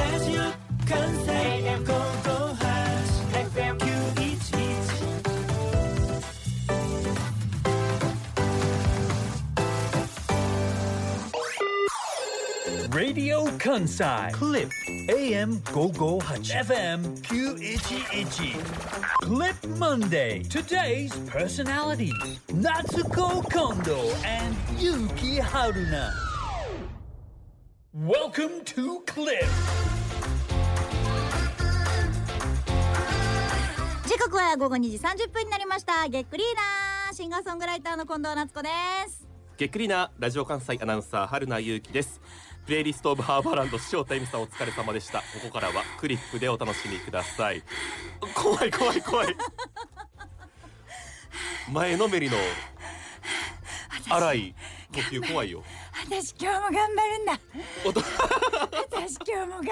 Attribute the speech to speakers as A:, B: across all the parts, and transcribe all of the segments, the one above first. A: Radio Kansai FM ゴーゴーハウス FM911
B: Radio Kansai Clip AM 558 FM 911 Clip Monday Today's personality Natsuko Kondo and Yuki Haruna Welcome to Clip
C: 時刻は午後2時30分になりましたげっくりーなシンガーソングライターの近藤夏子です
D: げっくりなラジオ関西アナウンサー春名ゆうきですプレイリストオブハーバーランド師匠タイムさんお疲れ様でしたここからはクリップでお楽しみください怖い怖い怖い前のめりの荒い呼吸怖いよ
C: 私今日も頑張るんだ私今日も頑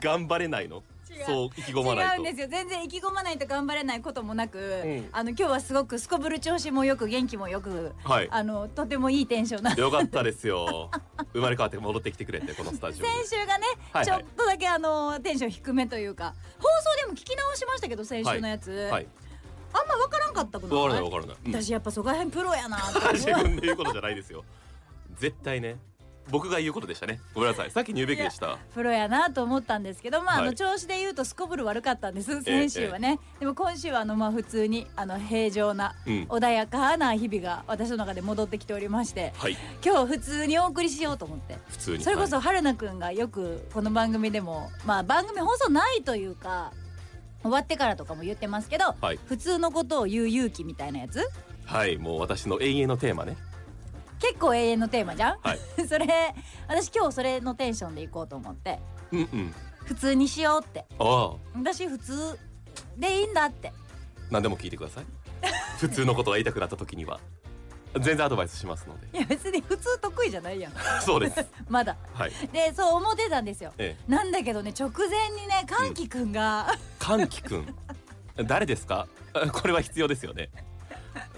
D: 頑張れないのそう意気込まな
C: 張
D: い
C: る違うんで
D: と
C: すよ全然意気込まないと頑張れないこともなく、
D: ん
C: あの今日はすごくすこぶる調子もよく元気もよく、
D: はい
C: あのとてもいいテンションな先
D: よかったですよ生まれ変わって戻ってきてくれてこのスタジオに
C: 週がね、
D: はいはい
C: ちょっとだけあのテンション低めというか放送でも聞き直しましたけど先週のやつ、
D: はい
C: あんま分からんかったこと
D: 分からない分からない、うん
C: 私やっぱそこら辺プロやな って思う
D: 自分で言うことじゃないですよ絶対ね僕が言うことでしたねごめんなさいさっきに言うべきでした
C: プロやなと思ったんですけど、まああ
D: は
C: の
D: い
C: 調子で言うとすこぶる悪かったんです先週はね、でも今週はあのまあ普通にあの平常な、
D: うん
C: 穏やかな日々が私の中で戻ってきておりまして
D: はい
C: 今日普通にお送りしようと思って
D: 普通に
C: それこそ
D: はい
C: 春菜くんがよくこの番組でもまあ番組放送ないというか終わってからとかも言ってますけど、
D: はい
C: 普通のことを言う勇気みたいなやつ
D: はいもう私の永遠のテーマね
C: 結構永遠のテーマじゃん、
D: はい
C: それ私今日それのテンションでいこうと思って
D: うんうん
C: 普通にしようって
D: ああ
C: 私普通でいいんだって
D: 何でも聞いて ください普通のことが言いたくなった時には全然アドバイスしますので
C: いや別に普通得意じゃない やん
D: そうです
C: まだ
D: はい
C: でそう思ってたんですよ
D: ええ
C: なんだけどね直前にね歓喜くんが、
D: 歓喜くん誰ですかあこれは必要ですよね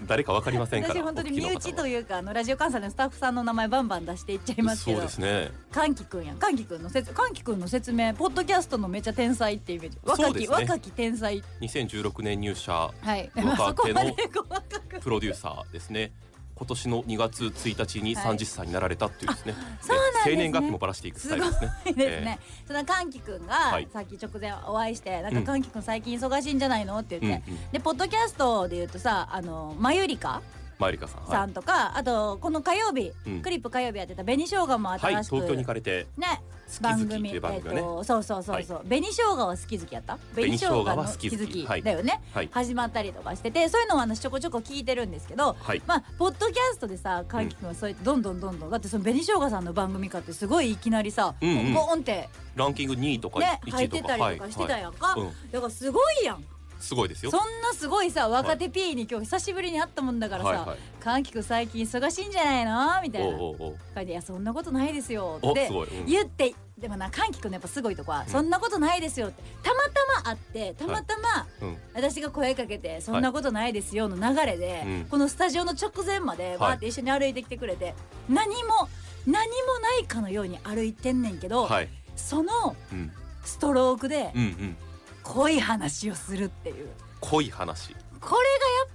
D: 誰かわかりませんから
C: 私本当に身内と
D: い
C: いうかあのラジオ関西のスタッフさんの名前バンバン出していっちゃいますけ
D: そう
C: ど
D: ですね
C: 歓喜くんやん歓喜くんの説歓喜くんの説明ポッドキャストのめっちゃ天才ってイメージ若
D: そう
C: き、
D: ですね
C: 若き天才
D: 2016年入社
C: はい
D: 若手の
C: そこまでご若く
D: プロデューサーですね今年の2月1日に
C: はい
D: 30歳になられたっていうですね,、
C: そうなんですね
D: 生年月日もばらしていくスタイルですね
C: いいですね、そのかんきくんが
D: はい
C: さっき直前お会いして、な
D: うんん
C: かかんきくん最近忙しいんじゃないのって言って、
D: うんうん
C: でポッドキャストで言うとさあのマユリカ
D: マユリカさん
C: さ
D: は
C: んとか、あとこの火曜日、
D: うん
C: クリップ火曜日やってた紅生姜も
D: い、はい、
C: 新しく、
D: 東京に行かれて
C: ね
D: 月々
C: 番
D: と
C: 組
D: いう番組が
C: え
D: ね
C: っ、とそうそうそうそう、紅生姜は好き好きやった
D: 紅生姜は
C: の
D: 好き好きはい
C: だよね、
D: はい
C: 始まったりとかしててそういうのをあのちょこちょこ聞いてるんですけど、
D: はい
C: まあポッドキャストでさかんきくんはそうやってどんどんどんどんだってその紅生姜さんの番組かってすごいいきなりさ、
D: うんうん
C: ボーンって
D: ランキング2位とか
C: ね
D: 1
C: 入っ
D: 位と
C: て
D: か,、
C: たりとかしてたやんか、
D: はいうん
C: だからすごいやん
D: すごいです
C: そ
D: よ
C: んなすごいさ若手 P に今日久しぶりに会ったもんだからさ「
D: はいはい
C: かんきくん最近忙しいんじゃないの?」みたいな
D: おうおう
C: 書いていやそんなことないですよ」
D: おう
C: っ
D: お
C: て
D: すごい、うん
C: 言ってでもなかんきくんのやっぱすごいとこは「
D: ん
C: そんなことないですよ」ってたまたま会ってたまたま
D: うん
C: 私が声かけて「そんなことないですよ」の流れで、
D: うん
C: このスタジオの直前まで
D: い
C: わーって一緒に歩いてきてくれて、何も何もないかのように歩いてんねんけど、
D: はい、
C: その
D: うん、
C: ストロークで
D: うんうん
C: 濃い話をするっていう
D: 濃い話
C: これ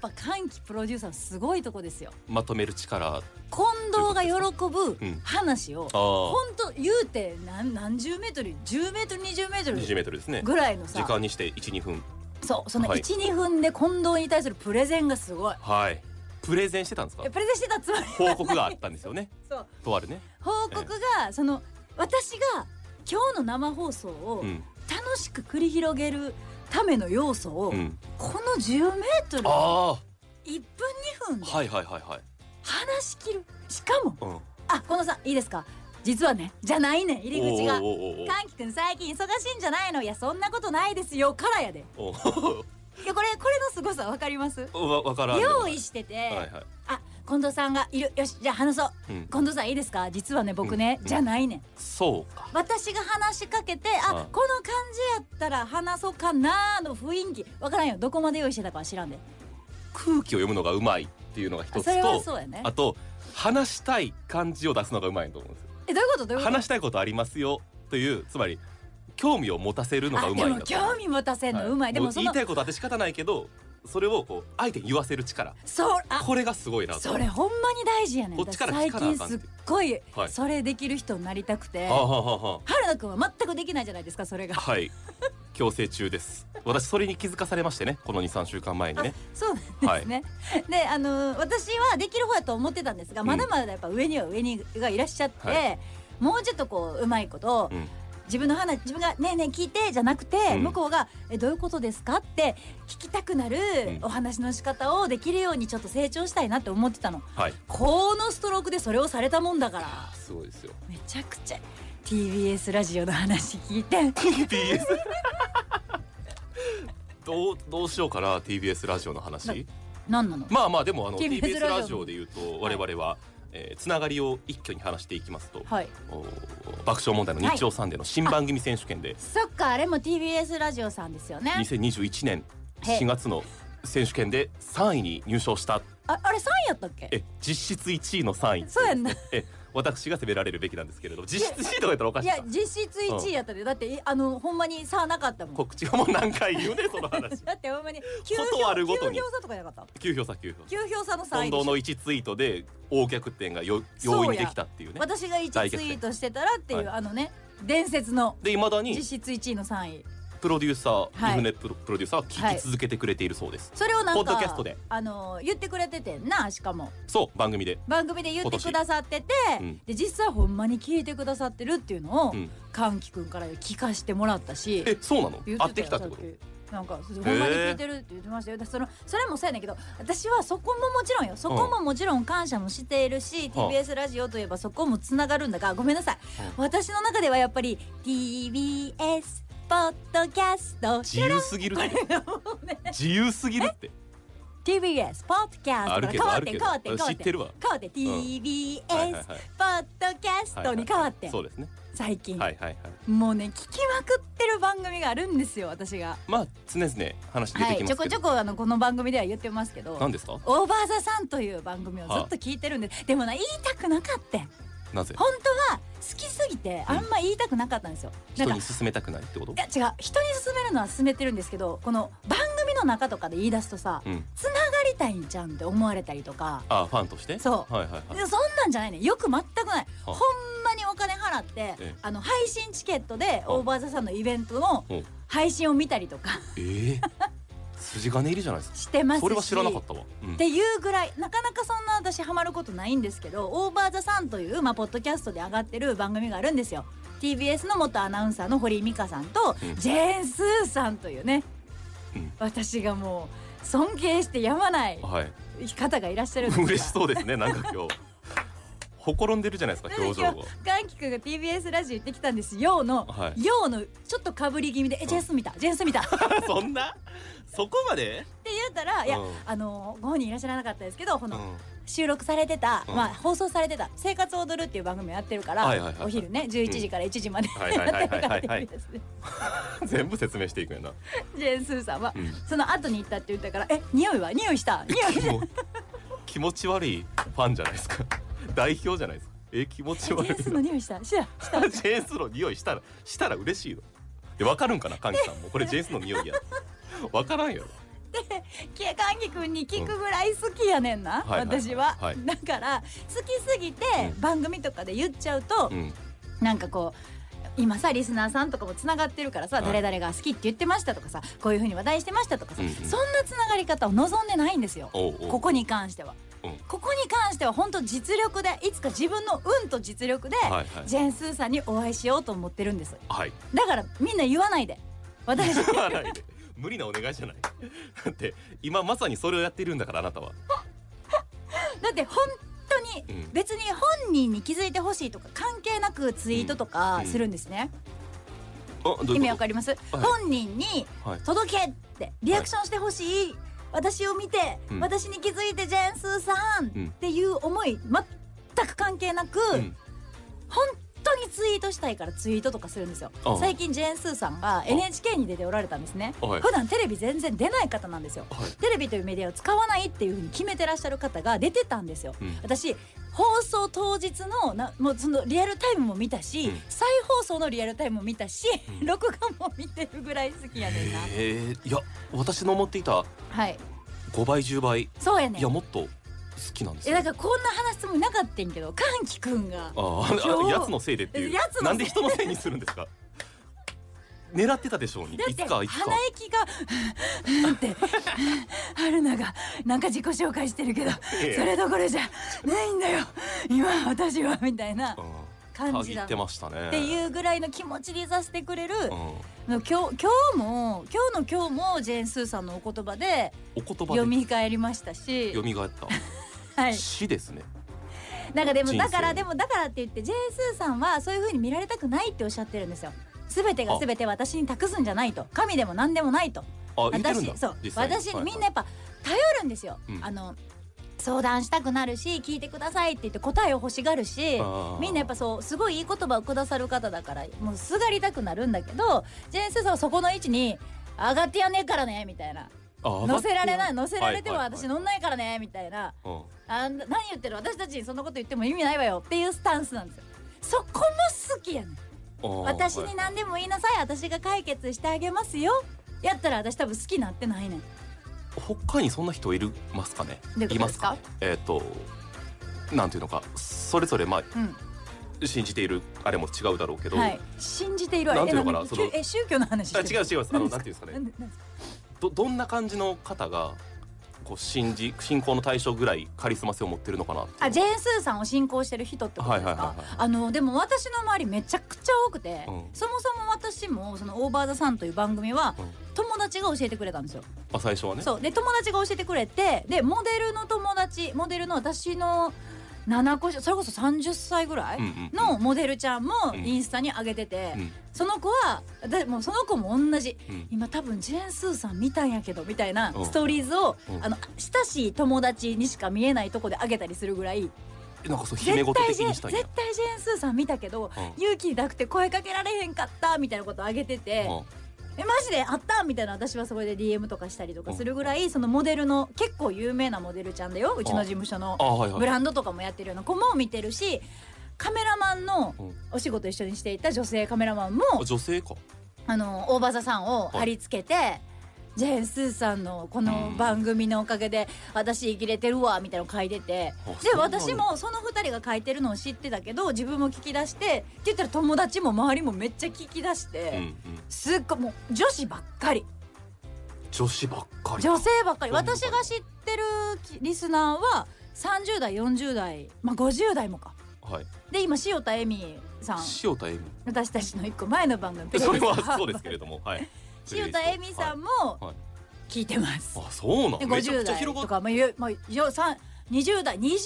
C: がやっぱ歓喜プロデューサーのすごいとこですよ。
D: まとめる力
C: 近藤が喜ぶ
D: うん
C: 話を
D: あー
C: ほんと言うて何何十メートル10メートル20メートル
D: 20メートルですね
C: ぐらいの
D: 時
C: さ
D: 間にして12分
C: そうその
D: はい
C: 12、分で近藤に対するプレゼンがすごい
D: はいプレゼンしてたんですか
C: えプレゼンしてたつまり
D: 報告があったんですよね
C: そう
D: とあるね
C: 報告がその私が今日の生放送を
D: うん
C: 楽しく繰り広げるための要素を、
D: うん
C: この10メートル
D: あ
C: 1分2分
D: あ
C: で
D: はいはいはいはい
C: 話し切るしかも
D: うん
C: あこのさいいですか実はねじゃないねん入り口が
D: おうおうおうおう
C: かんきくん最近忙しいんじゃないのいやそんなことないですよからやで
D: おう
C: いやこれこれの凄さわかります
D: わわからんでも
C: 用
D: ない
C: 意してて、
D: はいはい
C: あ近藤さんがいるよしじゃあ話そう、
D: うん
C: 近藤さんいいですか実はね僕ね、
D: うん
C: じゃないねん
D: そうか
C: 私が話しかけてあ
D: はい
C: この感じやったら話そうかなーの雰囲気わからんよどこまで用意してたかは知らんで
D: 空気を読むのがうまいっていうのが一つ
C: それはそ
D: と
C: うやね
D: あと話したい感じを出すのがうまいと思うんですよ
C: えどういうことどういうこと
D: 話したいことありますよというつまり興味を持たせるのがうまいん
C: あ
D: だ
C: でも興味持たせんのうまい、でもそ
D: 言い
C: の
D: たいことあって仕方ないけどそれをこう相手に言わせる力
C: そうあ
D: これがすごいなと
C: それほんまに大事やねん
D: こっちから
C: 私
D: 聞
C: 最
D: かなあかん
C: 近すっごい
D: はい
C: それできる人になりたくて、
D: はあはあはあは
C: 春菜くんは全くできないじゃないですかそれが
D: あはい強制中です私それに気づかされましてねこの23週間前にね
C: そうなんですね、であのー私はできる方やと思ってたんですが、
D: うん
C: まだまだやっぱ上には上にがいらっしゃって、
D: は
C: もうちょっとこううまいこと、
D: うん
C: 自分の話自分が「ねえねえ聞いて」じゃなくて、
D: うん
C: 向こうが「えどういうことですか?」って聞きたくなる
D: うん
C: お話の仕方をできるようにちょっと成長したいなって思ってたの
D: はい
C: このストロークでそれをされたもんだから
D: すごいですよ
C: めちゃくちゃ TBS ラジオの話聞いて
D: TBS どうどうしようかな TBS ラジオの話
C: 何なの
D: まあまあでもあの
C: TBS
D: TBS ラジ
C: ラジ
D: オ
C: オ
D: で言うと我々は、えーつながりを一挙に話していきますと、
C: はい
D: お爆笑問題の日曜サンデーの新番組選手権で
C: そっかあれも TBS ラジオさんですよね
D: 2021年
C: へ
D: 4月の選手権で3位に入賞した
C: ああれ3位やったっけ
D: え実質1位の3位ってい
C: そうやんな
D: え私が責められるべきなんですけれども実質1位とか言ったらおかし
C: い
D: いな
C: や実質1位やったで、だっていあのほんまに差なかったもん
D: 告知をもう何回言うねその話
C: だってほんまに9
D: ことあるごとに
C: 9票差とかやなかっ
D: 9票差9票
C: た9票差の
D: 近
C: 3位で
D: 藤
C: しょ
D: の1ツイートで大逆転がよ容易にできたっていうね
C: 私が1
D: 大
C: ツイ
D: 逆
C: ー
D: 転
C: トしてたらっていう、
D: はい
C: あのね伝説の
D: でいまだに
C: 実質1位の3位
D: プロデューサー
C: はい
D: リフネプロプロデューサーは聞き続けてくれているそうです、
C: それをなんか
D: ポッドキャストで
C: あの言ってくれててんなしかも
D: そう番組で
C: 番組で言ってくださってて、
D: 今年うん
C: で実際ほんまに聞いてくださってるっていうのを、
D: うん
C: かんきくんから聞かしてもらったし
D: えそうなの
C: 言
D: 会
C: っ
D: って
C: て
D: き
C: た
D: たっ
C: よ
D: てこと
C: さっきなんかほんまに聞いてるって言ってましたよ、でそのそれもそうやねんけど私はそこももちろんよそこももちろん感謝もしているし、
D: うん
C: TBS ラジオといえばそこもつながるんだがごめんなさい、私の中ではやっぱり TBS ポッドキャスト
D: 自由すぎるって自由すぎるって
C: TBS ポッドキャ
D: あ
C: スト
D: る
C: が変
D: けど
C: わ
D: あ
C: っ
D: る
C: て
D: け
C: ん
D: ど
C: 変わってん変わ
D: 知
C: っ
D: っててるわ
C: 変わって TBS ポ
D: はい
C: ッ
D: はいはい
C: ドキャストに変わってん
D: そうですね
C: 最近、
D: はいはいはい
C: もうね聞きまくってる番組があるんですよ私が。
D: まあ常々話出
C: は
D: てき
C: い、
D: ま
C: ちょ
D: す
C: こ
D: け
C: ち
D: ど、
C: ょこあのこの番組では言ってますけ
D: 何
C: ど
D: ですか
C: 「オーバー・ザ・サン」という番組をずっと聞いてるんで、でもな言いたくなかったん
D: なぜ
C: 本当は好きすぎてあんま言いたくなかったんですよ、
D: 人
C: なん
D: に
C: か
D: 勧めたくないってこと
C: いや違う人に勧めるのは勧めてるんですけどこの番組の中とかで言い出すとさ
D: うん
C: つながりたいんじゃうんって思われたりとか
D: あファンとして
C: そう
D: はいはい
C: い
D: はい
C: やそんなんじゃないねよく全くないほ
D: は
C: んまにお金払って
D: え
C: あの配信チケットで「オーバー・ザ・サン」のイベントの
D: うん
C: 配信を見たりとか
D: ええ筋金入りじゃないですか
C: してますし
D: それは知らなかったわ、うん
C: っていうぐらいなかなかそんな私ハマることないんですけど「オーバー・ザ・サン」という、まあ、ポッドキャストで上がってる番組があるんですよ。TBS の元アナウンサーの堀井美香さんと、
D: うん
C: ジェーン・スーさんというね、
D: うん
C: 私がもう尊敬してやまない
D: はい
C: 方がいらっしゃるんですが
D: 嬉しそうですねなんか今日ほころんでるじゃないですか表情が
C: ガンキ君が TBS ラジオ行ってきたんです「ようの」
D: はい
C: ようのちょっとかぶり気味で「えジェーン・スー見たジェーン・スー見た」
D: そんなそこまで
C: って言ったら「いや、
D: うん
C: あのご本人いらっしゃらなかったですけどこの、
D: うん
C: 収録されてた、
D: うん
C: まあ放送されてた「生活を踊る」っていう番組をやってるから、
D: はいはいはいはい
C: お昼ね11時から1時まで、
D: はいはいはいはいはいはい
C: や ってるから TBS で
D: 全部説明していくんやな、
C: ジェーン・スーさんは、
D: うん
C: その後に行ったって言ったから「え匂いは匂い した匂い
D: 気も気持ち悪いファンじゃないですか代表じゃないですかえ気持ち
C: ジェ
D: 悪い
C: ーン・スーの匂いしたしら
D: ジェーンスの匂いしたらしたら嬉しいのでわかるんかなカンキさんもこれジェーンスの匂いやわからんよ
C: けかんぎくんに聞くぐらい好きやねんな、
D: はいはいはい
C: 私は、
D: はい
C: だから好きすぎて
D: うん
C: 番組とかで言っちゃうと、
D: うん
C: なんかこう今さリスナーさんとかもつながってるからさ、
D: はい
C: 誰々が好きって言ってましたとかさこういうふうに話題してましたとかさ、
D: うんうん
C: そんなつながり方を望んでないんですよ。
D: おうおう
C: ここに関しては、
D: うん
C: ここに関しては本当実力でいつか自分の運と実力で、
D: いはい
C: ジェーン・スーさんにお会いしようと思ってるんです
D: はい
C: だからみんな言わないで私
D: 言わないで無理なお願いじゃないだって今まさにそれをやっているんだからあなたは
C: だって本当に
D: うん
C: 別に本人に気づいてほしいとか関係なくツイートとかするんですね、
D: あどう
C: 意味
D: い
C: わ
D: うこ
C: かります、
D: はい
C: 本人に
D: はい
C: 届けってリアクションしてほしい、私を見て、
D: うん
C: 私に気づいてジェンスーさん、
D: うん
C: っていう思い全く関係なく、
D: とうん
C: 本当にツイートしたいからツイートとかするんですよ
D: ああ
C: 最近ジェーン・スーさんが NHK に出ておられたんですね
D: はい
C: 普段テレビ全然出ない方なんですよ
D: はい
C: テレビというメディアを使わないっていうふうに決めてらっしゃる方が出てたんですよ、
D: うん
C: 私放送当日のなもうそのリアルタイムも見たし、
D: うん
C: 再放送のリアルタイムも見たし、
D: うん
C: 録画も見てるぐらい好きやねんな
D: えー、いや私の思っていた
C: はい
D: 5倍10倍い
C: そうやねん
D: やもっと好きなんです
C: え
D: よ
C: だからこんな話つもりなかったんやけど歓喜くんが
D: あ
C: 今
D: あ
C: 日
D: やつのせいでっていう
C: やつのせい
D: なんで人のせいにするんですか狙ってたでしょうに
C: だっ
D: い
C: て
D: つか
C: 鼻
D: いつか
C: 息が 「って春菜がなんか自己紹介してるけど
D: ええ
C: それどころじゃないんだよ今私はみたいな
D: うん
C: 感じだ
D: たぎ
C: っ
D: ってましたね
C: ていうぐらいの気持ちでいさせてくれる
D: うん、
C: 今日今日も今日の今日もジェーン・スーさんのお言葉で
D: お言葉で
C: 読み返りましたし、
D: 読みがえった、
C: はい、
D: 死ですね
C: なんかでも
D: 人
C: だ
D: 生
C: からでもだからって言ってジェーン・スーさんはそういう風に見られたくないっておっしゃってるんですよ。全てが
D: あ
C: 全て私に託すんじゃないと神でも何でもないと
D: あ言ってるん
C: 私
D: だ
C: そう
D: 実際に
C: 私
D: はい
C: みんなやっぱ頼るんですよ、
D: うん
C: あの相談したくなるし聞いてくださいって言って答えを欲しがるし
D: あー
C: みんなやっぱそうすごいいい言葉をくださる方だからもうすがりたくなるんだけどジェーン・スーさんはそこの位置に「上がってやんねえからね」みたいな「
D: あ
C: 乗せられない乗せられても
D: はいはいはい
C: 私乗んないからね」みたいな
D: うん
C: 「あんな何言ってる私たちにそんなこと言っても意味ないわよ」っていうスタンスなんですよ。そこも好きやねん
D: あー
C: 私
D: は
C: に
D: い
C: 何でも言いなさい私が解決してあげますよやったら私多分好きになってないねん
D: 他にそんな人いるますかね
C: どういうこと
D: いますかねえっ、となんていうのかそれぞれまあ
C: うん
D: 信じているあれも違うだろうけど、
C: はい、信じているあれ
D: なんていうのかな
C: えん
D: その
C: え宗教の話
D: あ
C: して
D: 違
C: る
D: う違うあのなんていうんですか
C: な
D: ね
C: んでなんですか
D: どどんな感じの方がこう信じ信仰の対象ぐらいカリスマ性を持ってるのかなって
C: あジェーン・スーさんを信仰してる人ってことですか、
D: はいはいはいはい
C: あのでも私の周りめちゃくちゃ多くて、
D: うん
C: そもそも私もその「オーバー・ザ・さんという番組は
D: うん
C: 友達が教えてくれたんですよ。
D: あ最初はね
C: そうで友達が教えてくれてでモデルの友達モデルの私の7個下それこそ30歳ぐらい
D: うんうんうん
C: のモデルちゃんも
D: うん
C: インスタに上げてて、
D: うん
C: その子はだもうその子も同じ
D: うん
C: 今多分ジェーン・スーさん見たんやけどみたいな
D: うん
C: ストーリーズを、
D: うん
C: あの親しい友達にしか見えないとこで上げたりするぐらい
D: えなんかそう姫
C: 絶
D: ごと
C: 対
D: 的
C: ジェ
D: に
C: 絶
D: した
C: 対
D: いん
C: ジェ
D: や
C: ーン・スーさん見たけど、
D: うん
C: 勇気なくて声かけられへんかったみたいなこと上げてて、
D: うん
C: えマジであったみたいな私はそこで DM とかしたりとかするぐらいそのモデルの結構有名なモデルちゃんだようちの事務所の
D: あはいはい
C: ブランドとかもやってるような子も見てるしカメラマンの
D: うん
C: お仕事一緒にしていた女性カメラマンも
D: あ女性か
C: あの大場座さんを貼り付けて、ジェーン・スーさんのこの番組のおかげで私生きれてるわみたいなの書いてて
D: あ
C: で
D: そうなんだ
C: 私もその2人が書いてるのを知ってたけど自分も聞き出してって言ったら友達も周りもめっちゃ聞き出して、
D: うんうん
C: すっごいもう女子ばっかり
D: 女子ばっかり
C: 女性ばっかり
D: そういうこと
C: 私
D: か
C: が知ってるきリスナーは30代40代、まあ、50代もか
D: はい
C: で今塩田恵美さん
D: 塩田恵
C: 私たちの一個前の番組
D: 美それはそう
C: で
D: ですけれどもはい
C: 塩田恵美さんも
D: はいはい
C: 聞いてます、
D: あそうなん
C: で
D: めちゃ
C: 50
D: くちゃ
C: 代
D: 広
C: と
D: がっ
C: かも言う、まあ、よさ20代20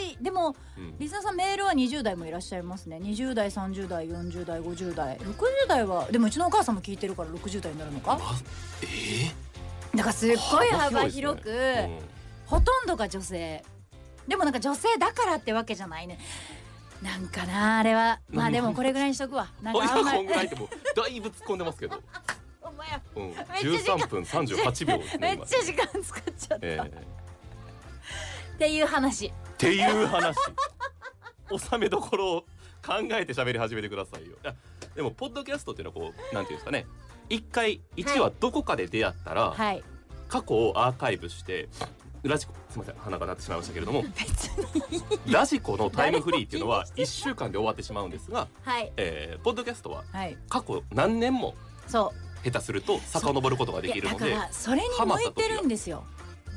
C: 代でも
D: うん
C: リスナーさんメールは20代もいらっしゃいますね20代30代40代50代60代はでもうちのお母さんも聞いてるから60代になるのか
D: あえ
C: だからすっ
D: え
C: ごい幅広く、ほとんどが女性でもなんか女性だからってわけじゃないねなんかなあれはまあでもこれぐらいにしとくわなんかあ
D: あ
C: ん
D: いや
C: ま
D: こん
C: り
D: ぐらいでもだいぶ突っ込んでますけど
C: お前や
D: うん
C: っちゃ時間
D: 13分38秒ですね
C: めっ
D: 今
C: ちゃ時間使っちゃった、
D: え
C: っ
D: え
C: ていう話
D: ってい う話収めどころを考えて喋り始めてくださいよいやでもポッドキャストっていうのはこうなんていうんですかね一回一話どこかで出会ったら、
C: はい
D: 過去をアーカイブしてラジコすみません鼻が鳴ってしまいましたけれども
C: 別に
D: ラジコのタイムフリーっていうのは
C: 誰も気
D: 1週間で終わってしまうんですが、
C: はい
D: えーポッドキャストは
C: はい
D: 過去何年も
C: そ
D: 下手すると遡ることが
C: う
D: できるの
C: い
D: で
C: やだからそれに向いてるんですよ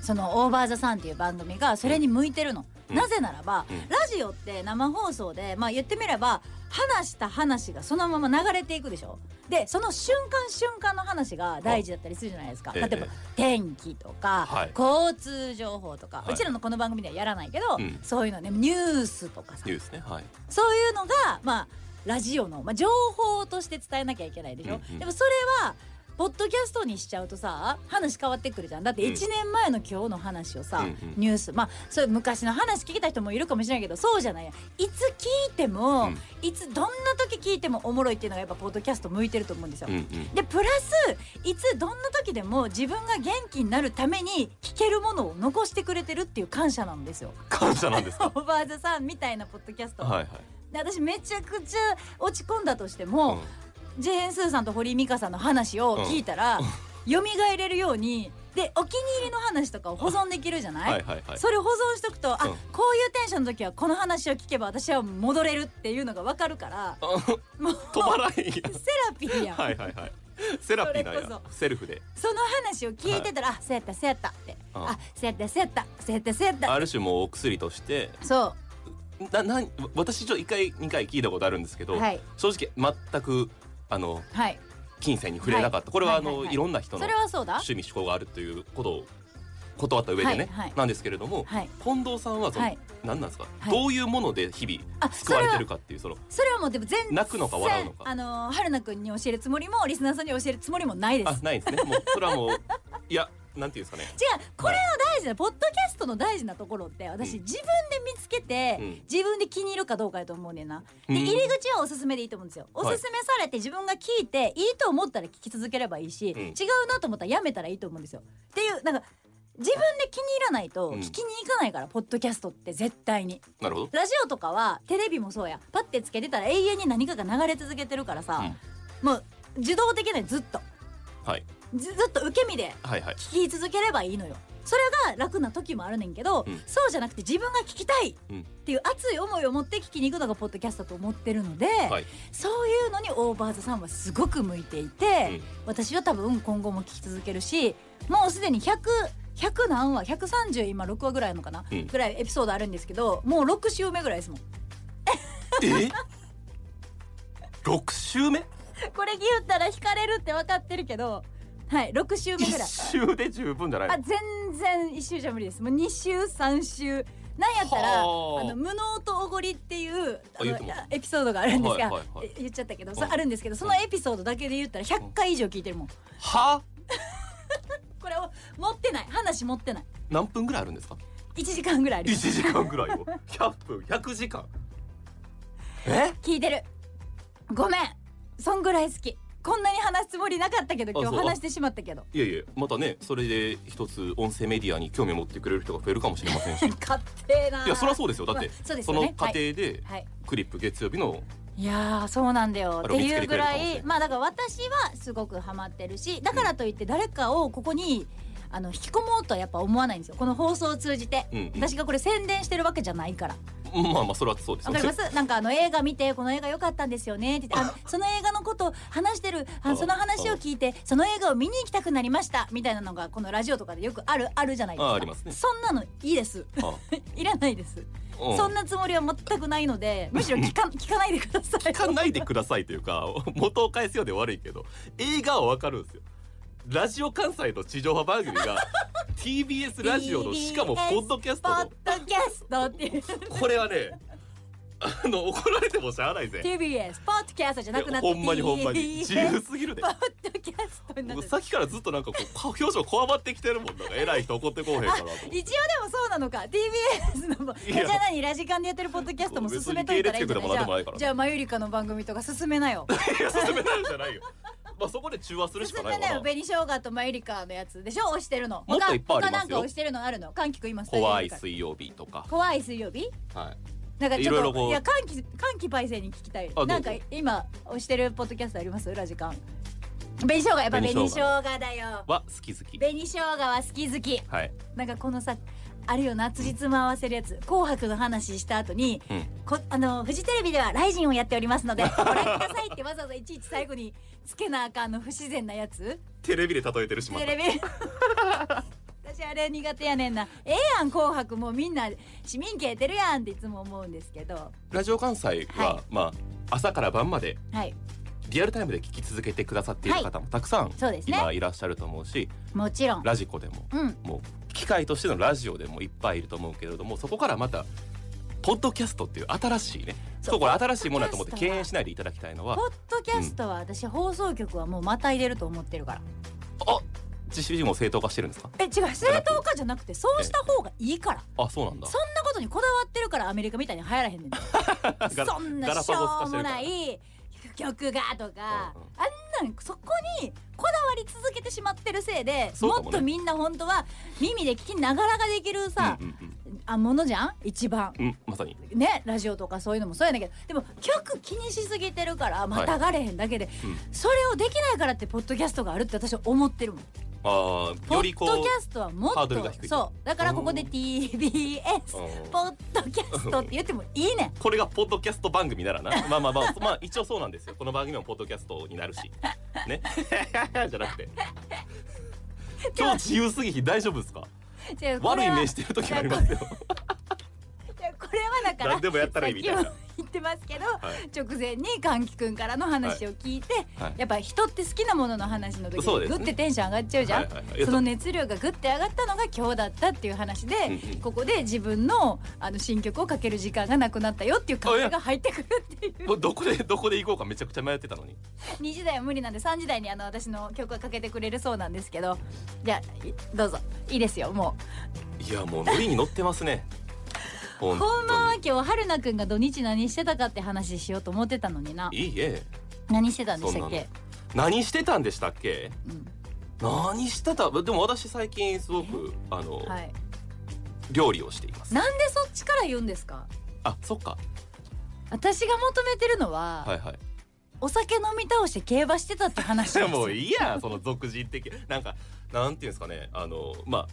C: その「オーバー・ザ・サン」っていう番組がそれに向いてるの、
D: うん
C: なぜならば、
D: うん
C: ラジオって生放送でまあ言ってみれば話した話がそのまま流れていくでしょでその瞬間瞬間の話が大事だったりするじゃないですか
D: え
C: 例
D: え
C: えば、天気とか、
D: はい
C: 交通情報とか、
D: はいう
C: ちらのこの番組ではやらないけど、
D: うん
C: そういうのねニュースとかさ
D: ニュースねはい
C: そういうのがまあラジオの、まあ、情報として伝えなきゃいけないでしょ、
D: うんうん
C: でもそれはポッドキャストにしちゃうとさ話変わってくるじゃんだって
D: うん
C: 1年前の今日の話をさ、
D: うんうん
C: ニュースまあそういう昔の話聞きた人もいるかもしれないけどそうじゃないやいつ聞いても、
D: うん
C: いつどんな時聞いてもおもろいっていうのがやっぱポッドキャスト向いてると思うんですよ。
D: うんうん
C: でプラスいつどんな時でも自分が元気になるために聞けるものを残してくれてるっていう感謝なんですよ。
D: 感謝なんです
C: オ
D: か
C: ーバーザさんみたいなポッドキャストは
D: はいはい
C: で私めちゃくちゃ落ち込んだとして
D: う
C: も
D: ん、
C: ジェーン・スーさんと堀井美香さんの話を聞いたら、蘇れるようにでお気に入りの話とかを保存できるじゃない、
D: はいはいはい
C: それを保存しとくと、あ
D: うん
C: こういうテンションの時はこの話を聞けば私は戻れるっていうのが分かるからもう
D: 止まらへんやん
C: セラピーやん、
D: はいはいはいセラピーなん
C: それ
D: や
C: こ
D: セルフで
C: その話を聞いてたら、あそうやったそうやったって、
D: うん
C: あそうやったそうやったそうやったそうやった
D: ある種もうお薬として
C: そ
D: ななん私ちょっと1回2回聞いたことあるんですけど、
C: はい
D: 正直全くあの
C: うはい
D: 金銭に触れなかった、これはあの、
C: はい
D: い
C: はいはい
D: ろんな人の
C: それはそうだ
D: 趣味嗜好があるということを断った上でね、
C: はいはい
D: なんですけれども、
C: はい
D: 近藤さんはその、
C: はい
D: 何なんですか、
C: はい
D: どういうもので日
C: あ
D: 々救われてるかっていうその
C: それはもうでも全然
D: 泣くのか笑うのか
C: あのー春菜くんに教えるつもりもリスナーさんに教えるつもりもないです
D: あないんですねもうそれはもういやなんていうんですかね
C: 違うこれの大事なポッドキャストの大事なところって私
D: うん
C: 自分で見つけて、
D: うん
C: 自分で気に入るかどうかやと思うねんな、
D: うん
C: で入り口はおすすめでいいと思うんですよおすすめされて自分が聞いていいと思ったら聞き続ければいいし、
D: うん
C: 違うなと思ったらやめたらいいと思うんですよっていうなんか自分で気に入らないと
D: うん
C: 聞きに行かないから、ポッドキャストって絶対に
D: なるほど、
C: ラジオとかはテレビもそうやパッてつけてたら永遠に何かが流れ続けてるからさ、もう自動的にずっと
D: はい、
C: ずずっと受け身で
D: はいはい
C: 聞き続ければいいのよそれが楽な時もあるねんけど、
D: うん
C: そうじゃなくて自分が聞きたいっ
D: うん
C: ていう熱い思いを持って聞きに行くのがポッドキャストだと思ってるので、
D: はい
C: そういうのにオーバーズさんはすごく向いていて、
D: うん
C: 私は多分今後も聞き続けるしもうすでに100 100何話130今6話ぐらいあるのかな、
D: うん
C: ぐらいエピソードあるんですけどもう6週目ぐらいですもん
D: え六週目
C: これ言ったら惹かれるって分かってるけどはい6週目
D: 一
C: ぐらい
D: 週で十分じゃないの
C: あ全然一週じゃ無理ですもう二週三週なんやったらあ
D: はあ
C: の無能とおごりっていうあ
D: 言
C: の
D: うてます
C: エピソードがあるんですが、
D: はいはいはい
C: え言っちゃったけど、
D: ん
C: そうあるんですけどそのエピソードだけで言ったら100回以上聞いてるもん
D: は
C: これを持ってない話持ってない
D: 何分ぐらいあるんですか
C: 1時間ぐらいある
D: 1時間ぐらいを100分100時間え
C: 聞いてるごめんそんぐらい好きこんなに話すつもりなかったけど
D: あ
C: 今日
D: そう
C: 話してしまったけど
D: いやいやまたねそれで一つ音声メディアに興味を持ってくれる人が増えるかもしれま せんし
C: 勝手ない
D: やそりゃそうですよだって、
C: ま あそうです
D: そ
C: よ
D: の
C: ね
D: 過程で、
C: はい
D: クリップ月曜日の
C: いやーそうなんだよ
D: あ
C: っ
D: れ
C: て
D: を見つけ
C: い
D: て
C: うぐ
D: くれるか
C: ら
D: もしれない
C: いまあだから私はすごくハマってるしだからといって誰かをここにあの引き込もうとはやっぱ思わないんですよこの放送を通じて、
D: うんうん
C: 私がこれ宣伝してるわけじゃないから
D: まあまあそれはそうです
C: わ
D: よ
C: かりますなんかあの映画見てこの映画良かったんですよねって言ってあのその映画のことを話してる
D: あ
C: あその話を聞いてその映画を見に行きたくなりましたみたいなのがこのラジオとかでよくあるあるじゃないですか
D: あありますね
C: そんなのいいです
D: あ
C: いらないです、
D: うん
C: そんなつもりは全くないのでむしろ聞 か聞かないでください
D: 聞かないでくださいというか元を返すようで悪いけど映画はわかるんですよラジオ関西の地上波番組 が TBS ラジオのしかもポッドキャストの
C: ポッドキャストっていう
D: これはねあの怒られてもしゃあないぜ
C: TBS ポッドキャストじゃなくなって
D: ほんまにほんまに自
C: TBS
D: 由す ぎるで
C: ポッドキャストになって
D: 僕
C: る
D: さっきからずっとなんかこう顔表情こわばってきてるもんなんか偉い人怒ってこうへん かなと思っ
C: 一応
D: て
C: でもそうなのか TBS のもえ
D: い
C: じ
D: や
C: ゃあ何ラジカンでやってるポッドキャストも
D: 別に
C: 進めといたらいいんじゃない
D: 系
C: じ
D: 列局でも何で
C: ゃ
D: もないか
C: あ
D: ら
C: じゃあマユリカの番組とか進めな よ
D: いや進めないじゃないよまあそこで中和するしか
C: 進
D: な
C: め
D: いわ
C: な
D: な
C: よ紅生姜とマユリカのやつでしょ押してるの
D: もっと
C: 他
D: いっぱいありますよ
C: 他なんか押してるのあるの歓喜くん今スタジオ
D: 怖
C: にる
D: い
C: から
D: 水曜日とか
C: 怖い水曜日
D: はい
C: なんかち
D: いろい
C: ょ
D: ろ
C: っ
D: ことう
C: いや歓喜歓喜パイセンに聞きたい
D: どうぞ
C: なんか今押してるポッドキャストありますラジカン紅生姜やっぱ紅
D: 紅
C: 生
D: 生
C: 姜だよ
D: は好き好き
C: 紅生姜は好き好き
D: はい
C: なんかこのさあるよなつじつま合わせるやつ「紅白」の話した後に、
D: うん
C: こあのフジテレビでは「ライジン」をやっておりますのでご覧くださいってわざわざいちいち最後につけなあかんの不自然なやつ
D: テレビで例えてるしま
C: テ
D: た
C: レビ私私あれ苦手やねんなええやん紅白もうみんな市民権得てるやんっていつも思うんですけど
D: ラジオ関西は、
C: は
D: まあ朝から晩まで
C: はい
D: リアルタイムで聞き続けてくださっている方もたくさん、
C: そうですね
D: 今いらっしゃると思うし
C: もちろん
D: ラジコでも
C: うん
D: もう機械としてのラジオでもいっぱいいると思うけれどもそこからまたポッドキャストっていう新しいね
C: そう
D: そうこれ新しいものだと思って
C: ポッドキャスト
D: 敬
C: は
D: 遠しないでいただきたいのは
C: ポッドキャストは私、放送局はもうまた入れると思ってるから
D: あ自身も正当化してるんですか
C: え違う正当化じゃなくてそうした方がいいから
D: あそうなんだ
C: そんなことにこだわってるからアメリカみたいに流行らへんねんで
D: ガラ
C: そんな
D: ガラ
C: し
D: パ
C: ょ
D: ゴス化
C: う
D: し
C: も
D: てるから
C: ない曲がとか、
D: うんうん
C: あんなんそこにこだわり続けてしまってるせいで、
D: そうかも
C: も
D: ね
C: っとみんな本当は耳で聞きながらができるさ、
D: うんうん
C: あものじゃん一番
D: うん、うん、まさに
C: ねラジオとかそういうのもそうやねんけどでも曲気にしすぎてるからまたがれへんだけで、
D: うん
C: それをできないからってポッドキャストがあるって私は思ってるもん。
D: あー
C: ポ
D: よ
C: ッ
D: りこ
C: ドキャ
D: う
C: ストはもっ
D: ハー
C: と
D: ドルが低い
C: そうだからここで
D: うん
C: TBS
D: うん
C: ポッドキャストって言ってもいいねん
D: これがポッドキャスト番組ならなまあまあまあまあ一応そうなんですよこの番組もポッドキャストになるしね じゃなくて今日自由すぎひん大丈夫ですか
C: 違うこ
D: 悪
C: れ
D: い
C: は
D: 目してる時もありますよ
C: いやこれはだから
D: 何でもやったらいいみたいな
C: さっきも言ってますけど、
D: い
C: 直前に柑樹くんからの話を聞いて、
D: はい
C: やっぱ人って好きなものの話の時
D: そうです
C: グ
D: ね
C: ッてテンション上がっちゃうじゃん、
D: はいはいはい
C: その熱量がグッて上がったのが今日だったっていう話で、
D: うんうん
C: ここで自分のあの新曲をかける時間がなくなったよっていう感
D: あいや
C: じが入ってくるっていう
D: もうどこでどこで行こうかめちゃくちゃ迷ってたのに
C: 2時台は無理なんで3時台にあの私の曲はかけてくれるそうなんですけどじゃあいどうぞいいですよも
D: いやもうノリに乗ってますね
C: う
D: 本
C: こんばんは
D: 当
C: 今日春菜くんが土日何してたかって話しようと思ってたのにな
D: にいいえ
C: 何してたんでしたっけ
D: 何してたんでしたっけ
C: うん
D: 何してたでも私最近すごくあの、
C: はい
D: 料理をしています
C: なんでそっちから言うんですか
D: あそっか
C: 私が求めてるのは、
D: はいはい
C: お酒飲み倒して競馬してたって話
D: い
C: で
D: や
C: す
D: もういいやその俗人的なんかなんていうんですかねあのま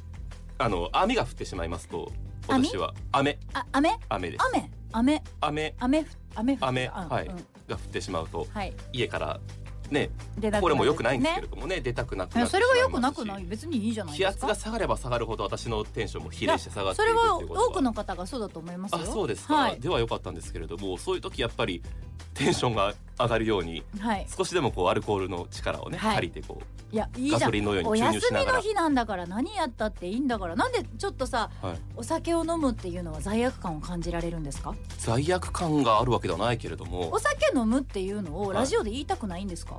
D: ああの雨が降ってしまいますと
C: 雨
D: 私は雨
C: あ雨
D: 雨です
C: 雨雨
D: 雨
C: 雨ふ雨ふ
D: 雨
C: あ
D: はい
C: うん
D: が降ってしまうと
C: はい
D: 家からね
C: 出なくなる
D: これも良くないんですけれどもね出たくな
C: ねい
D: くな
C: や
D: って
C: そ
D: しまい
C: れ
D: ま
C: が良くなく
D: すし
C: ない別にいいじゃない
D: 気
C: です
D: 圧
C: か
D: が下がれば下がるほど私のテンションも比例して下がって
C: そ
D: いく
C: れは
D: ということ
C: 多くの方がそうだと思いますよ
D: あそうですか、
C: はい、
D: では良かったんですけれどもそういう時やっぱりテンションが上がるように
C: はい、
D: 少しでもこうアルコールの力をね、
C: はい
D: 借りてこう
C: いやいいじ
D: ガ
C: ゃ
D: ソ
C: ん
D: リンのよう
C: お
D: に注入
C: 休
D: し
C: み
D: なが
C: の
D: ら
C: 日なんだから何やったっていいんだからなんでちょっとさ
D: はい、
C: お酒を飲むっていうのは罪悪感を感じられるんですか
D: 罪悪感があるわけではないけれども
C: お酒飲むっていうのを
D: はい
C: ラジオで言いたくないんですか、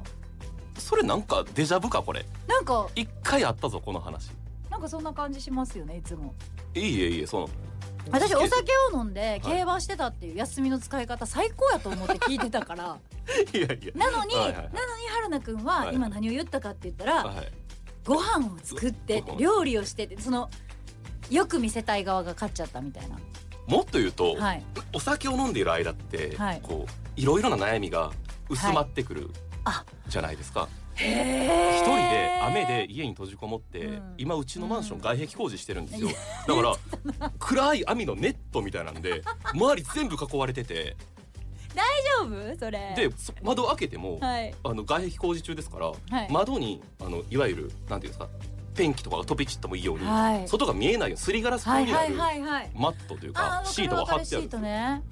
D: それなんかデジャブかこれ
C: なんか
D: 一回あったぞこの話
C: なんかそんな感じしますよねいつも
D: いいえいいえその
C: 私お酒を飲んで競馬してたっていう休みの使い方最高やと思って聞いてたから
D: いやいや
C: なのに、
D: はいはいはい
C: なのに春菜くん
D: は
C: はい今何を言ったかって言ったら、
D: はい
C: ご飯を作ってって
D: ご飯
C: 料理をしてってそのよく見せたい側が勝っちゃったみたいな
D: もっと言うと、
C: はい
D: お酒を飲んでいる間って、
C: はい
D: こういろいろな悩みが薄まってくる、
C: あ
D: じゃないですか
C: 一
D: 一
C: 人
D: 人で雨で家に閉じこもって、
C: うん
D: 今うちのマンション
C: うん
D: 外壁工事してるんですよ、
C: い
D: だから暗い網のネットみたいな んで周り全部囲われてて
C: 大丈夫それ
D: でそ窓開けても、
C: はい
D: あの外壁工事中ですから、
C: はい
D: 窓にあのいわゆるなんていうんですかペンキとかが飛び散ってもいいように、
C: はい
D: 外が見えないようにすりガラス風
C: はい
D: にな
C: は
D: る
C: いはいはい
D: マットという
C: あ
D: か
C: ー
D: シートが
C: わか
D: 貼
C: るわかる
D: ってある
C: シートね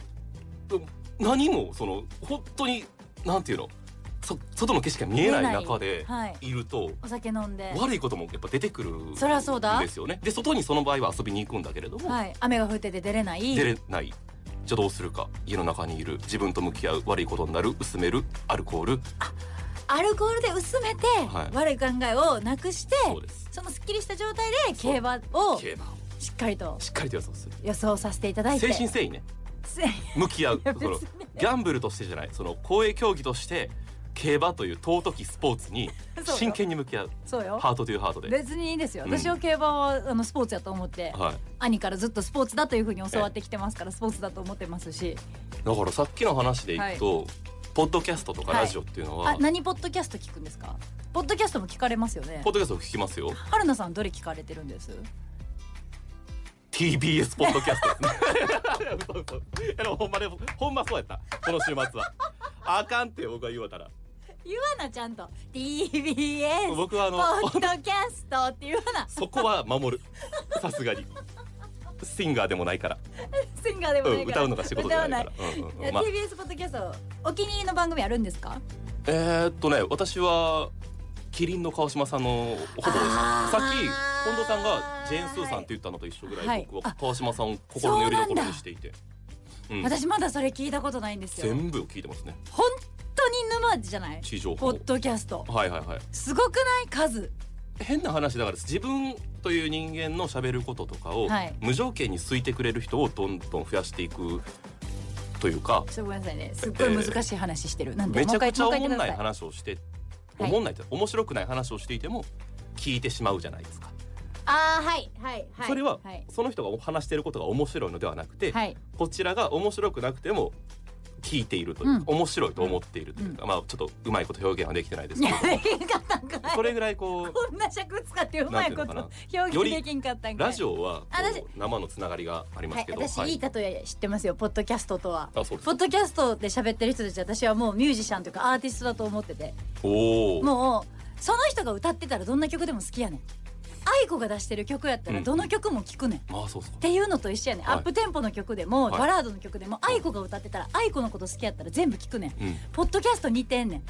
D: 何もその本当になんていうのそ外の景色が見えない中で
C: はい
D: いると、
C: お酒飲んで
D: 悪いこともやっぱ出てくるん
C: そりゃそうだ
D: ですよね。で外にその場合は遊びに行くんだけれども、
C: はい雨が降ってて出れない
D: 出れないじゃあどうするか家の中にいる自分と向き合う悪いことになる薄めるアルコール
C: アルコールで薄めて、
D: はい
C: 悪い考えをなくして
D: そうです
C: そのすっきりした状態で競馬を
D: 競馬を
C: しっかりと
D: しっかりと予想する
C: 予想させていただいて
D: 誠心誠意ね
C: せい
D: 向き合う
C: や
D: その
C: 別に
D: ギャンブルとしてじゃないその公営競技として競馬という尊きスポーツに
C: そうよ
D: 真剣に向き合う
C: そうよ
D: ハートというハートで。
C: 別にいいですよ
D: うん
C: 私は競馬はあのスポーツやと思って、
D: はい、
C: 兄からずっとスポーツだというふうに教わってきてますからスポーツだと思ってますし
D: だからさっきの話でいくと、ポッドキャストとか
C: はい
D: ラジオっていうのは、
C: あ何ポッドキャスト聞くんですかポッドキャストも聞かれますよね
D: ポッドキャストを聞きますよ
C: 春菜さんどれ聞かれてるんです
D: TBS ポッドキャスト ですね嘘嘘いやでもほんまでほんまそうやったこの週末はあかんって僕は言うわたら
C: 言わなちゃんと TBS
D: 僕 はあの
C: ポッドキャストって言わ な
D: そこは守るさすがにシンガーでもないから
C: シンガーでも
D: う
C: なんいか
D: 歌
C: ら、
D: うのが仕事じゃないか
C: 歌
D: ら、うん
C: わ
D: うん
C: な
D: う
C: い
D: んまあ
C: TBS ポッドキャストお気に入りの番組あるんですか
D: えー、っとね私はキリンの川島さんのほぼさっき
C: あー
D: 近藤さんがジェーン・スーさんって言ったのと一緒ぐらい、
C: はい
D: 僕は
C: あ
D: 川島さんを心の拠り
C: そうな
D: 所
C: ん
D: に
C: だ
D: していて、うん、
C: 私まだそれ聞いたことないんですよ
D: 全部を聞いてますね
C: 本当に沼じゃない
D: 地上
C: ポ
D: 波を
C: ッドキャスト
D: はいはいはい
C: すごくない数
D: 変な話だからです自分という人間の喋ることとかを、
C: はい
D: 無条件に好いてくれる人をどんどん増やしていくというか
C: ちょっとごめんなさいねすっごい難しい話してる、なんで
D: めちゃくちゃ
C: も
D: お
C: う一回も
D: も
C: うん一回言ってく
D: ない
C: ださ
D: 話をして、
C: はい
D: おもんないって面白くない話をしていても聞いてしまうじゃないですか、
C: あーはいはいはい
D: それは、
C: はい、
D: その人が話していることが面白いのではなくて、
C: はい
D: こちらが面白くなくても聞いているというか、面白いと思っているというか、まあちょっとうまいこと表現はできてないです
C: い
D: け
C: や
D: ど
C: できんかったんかい
D: それぐら いこう
C: こんな尺使ってうまいこと
D: なんて
C: 表
D: よ
C: 現
D: り
C: できんかったんかい
D: ラジオはこう
C: あ私
D: 生のつながりがありま
C: はい
D: すけど、
C: 私、い、い例え知ってますよポッドキャストとは
D: あそうです
C: ポッドキャストで喋ってる人たち私はもうミュージシャンというかアーティストだと思ってて
D: おお
C: もうその人が歌ってたらどんな曲でも好きやねん愛子が出してる曲やったらどの曲も聴くねん、っ
D: まあそうそう
C: ていうのと一緒やねん、
D: はい
C: アップテンポの曲でも、
D: はい
C: バラードの曲でも愛子が歌ってたら愛子のこと好きやったら全部聴くねん
D: うん
C: ポッドキャスト似てんねん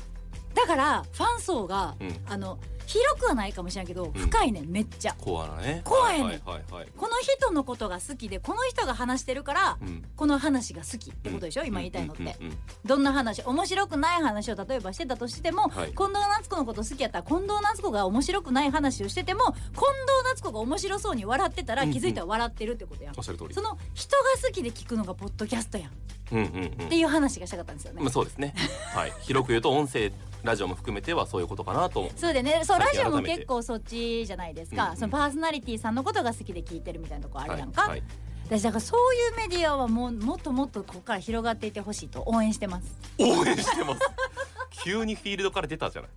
C: だからファン層が、
D: うん
C: あの広くはないかもしれんけど
D: ん
C: 深いねんめっちゃ
D: コアなね
C: コアやねん
D: はいはいはいはい
C: この人のことが好きでこの人が話してるから、
D: うん
C: この話が好きってことでしょ、今言いたいのって、
D: うんうんうん
C: どんな話面白くない話を例えばしてたとしても、
D: はい
C: 近藤夏子のこと好きやったら近藤夏子が面白くない話をしてても近藤夏子が面白そうに笑ってたら
D: うんうん
C: 気づいたら笑ってるってことやん、
D: おっしゃる通り
C: その人が好きで聞くのがポッドキャストやんっ
D: うんうんうん
C: ていう話がしたかったんですよね、
D: まあ、そうですね。はい、広く言うと音声ラジオも含めてはそういうことかなと。
C: そうでねそうラ
D: 最
C: ジ
D: 近
C: オも
D: 改めて
C: 結構そっちじゃないです
D: うん
C: か、
D: うん
C: そのパーソナリティさんのことが好きで聞いてるみたいなとこあるやんか、
D: はい、
C: 私だからそういうメディアはもうもっともっとここから広がっていってほしいと応援してます
D: 応援してます。急にフィールドから出たじゃない。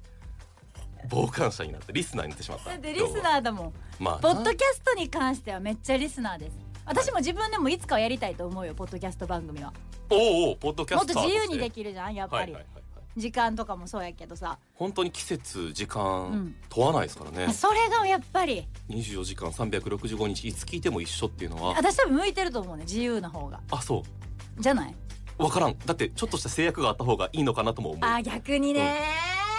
D: 傍観者になってリスナーになってしまった。
C: だってリスナーだもん
D: まあ、
C: ポッドキャストに関してはめっちゃリスナーです私も自分でもいつかはやりたいと思うよポッドキャスト番組は
D: おうおうポッドキャ
C: もっ
D: ス
C: と
D: ター
C: 自由にで
D: る。
C: きるじゃんやっ
D: は
C: ぱ
D: いはい
C: り、
D: はいはい。
C: 時間とかもそうやけどさ、
D: 本当に季節時
C: うん
D: 間問わないですからね。
C: それがやっぱり
D: 二十四時間三百六十五日いつ聞いても一緒っていうのは。
C: 私多分向いてると思うね自由な方が
D: あ、そ。
C: じゃないう
D: わからん。だってちょっとした制約があった方がいいのかなとも思
C: あ
D: う。
C: 逆にね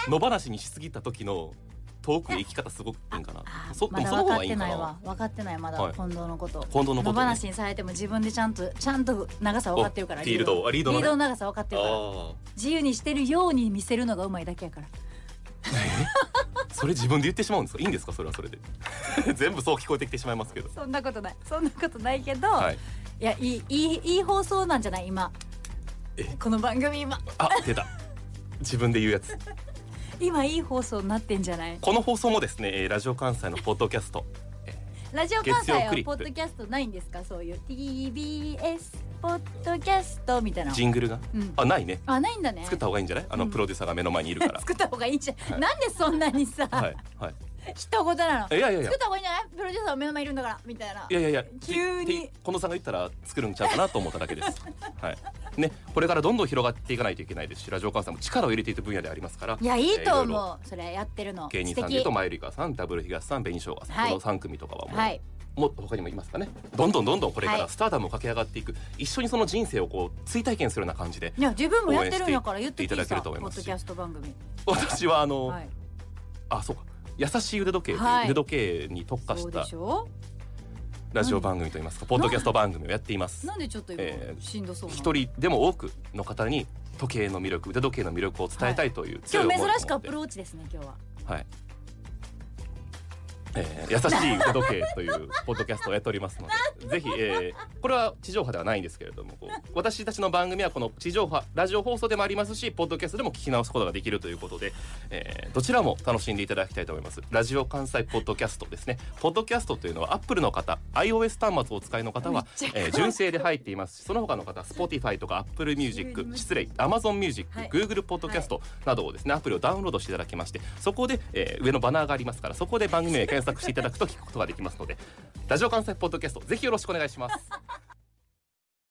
D: 野放しにしすぎた時のトークの生き方すごくいいんかな
C: あ。
D: そっ
C: ま
D: も
C: だ
D: その
C: 分か
D: 方
C: っ
D: がいい
C: て
D: んか
C: ない
D: な
C: わ。分かってないまだ
D: はい
C: 近藤のこと
D: 近藤のことね
C: 野放しにされても自分でちゃんとちゃんと長さ分かってるから
D: おフィールド
C: 自由
D: あリードのね
C: リードの長さ分かってるから
D: あ
C: 自由にしてるように見せるのがうまいだけやから
D: あ、それ自分で言ってしまうんですか。いいんですか、それはそれで。 全部そう聞こえてきてしまいますけど。
C: そんなことないそんなことないけど、、
D: はいい。
C: やいいいいいい放送なんじゃない今
D: え
C: この番組今
D: あ、出た。自分で言うやつ。
C: 今いい放送になってんじゃない
D: この放送もですね、えーラジオ関西のポッドキャスト。
C: ラジオ関西
D: 月曜
C: は
D: クリッ
C: ポ
D: プ
C: ッドキャストないんですかそういう TBS ポッドキャストみたいな
D: ジングルが。
C: うん
D: あ、ないね。
C: あないんだね
D: 作った方がいいんじゃない。あの、プロデューサーが目の前にいるから。
C: 作った方がいいんじゃん、なんでそんなにさ、
D: はい。はい。
C: 人事なの
D: いやいやいや
C: 作った方がいいんじゃないプロデューサー目の前いるんだからみたいない
D: やいやいや。
C: 急に
D: てて近藤さんが言ったら、作るんちゃうかなと思っただけです。はい。ね、これからどんどん広がっていかないといけないですし、ラジオ関西も力を入れている分野でありますから。
C: いやいいと
D: えーろろ
C: 思うそれやってるの
D: 芸人さんでいうとマユリカさんダブル東さん紅生姜さん、
C: はい
D: この3組とかはもう、
C: はい
D: もっと他にもいますかねどんどんどんどんこれか
C: は
D: ら
C: い
D: スターダムを駆け上がっていく、一緒にその人生をこう追体験するような感じで
C: いや自分もやってるんやから言ってき
D: 応援していただけ
C: さ
D: る
C: ポ
D: と思い
C: ッ
D: ま
C: ド
D: すし
C: キャスト番組
D: 私はあの、
C: はい
D: あそうか優しい腕時計、
C: はい
D: 腕時計に特化
C: そ
D: し
C: うで
D: た
C: しょ
D: ラジオ番組といいますかポッドキャスト番組をやっています
C: なんでちょっと今、
D: えー
C: しんどそうなの
D: 一人でも多くの方に時計の魅力腕時計の魅力を伝えたいという強
C: 今
D: い思い
C: 日
D: を持
C: 珍
D: って、
C: しくアプローチですね今日は
D: はい。えー、優しい腕時計というポッドキャストをやっておりますの で、ぜひ、えー、これは地上波ではないんですけれども、 こう私たちの番組はこの地上波ラジオ放送でもありますし、ポッドキャストでも聞き直すことができるということで、えー、どちらも楽しんでいただきたいと思います。ラジオ関西ポッドキャストですね。ポッドキャストというのはアップルの方、iOS 端末をお使いの方は、えー、純正で入っていますし、その他の方、Spotify とか Apple Music、失礼、Amazon Music、
C: はい
D: Google ポッドキャストなどをですね、アプリをダウンロードしていただきましてそこで、えー上のバナーがありますからそこで番組名検索していただくと聞くことができますのでラジオ関西ポッドキャストぜひよろしくお願いします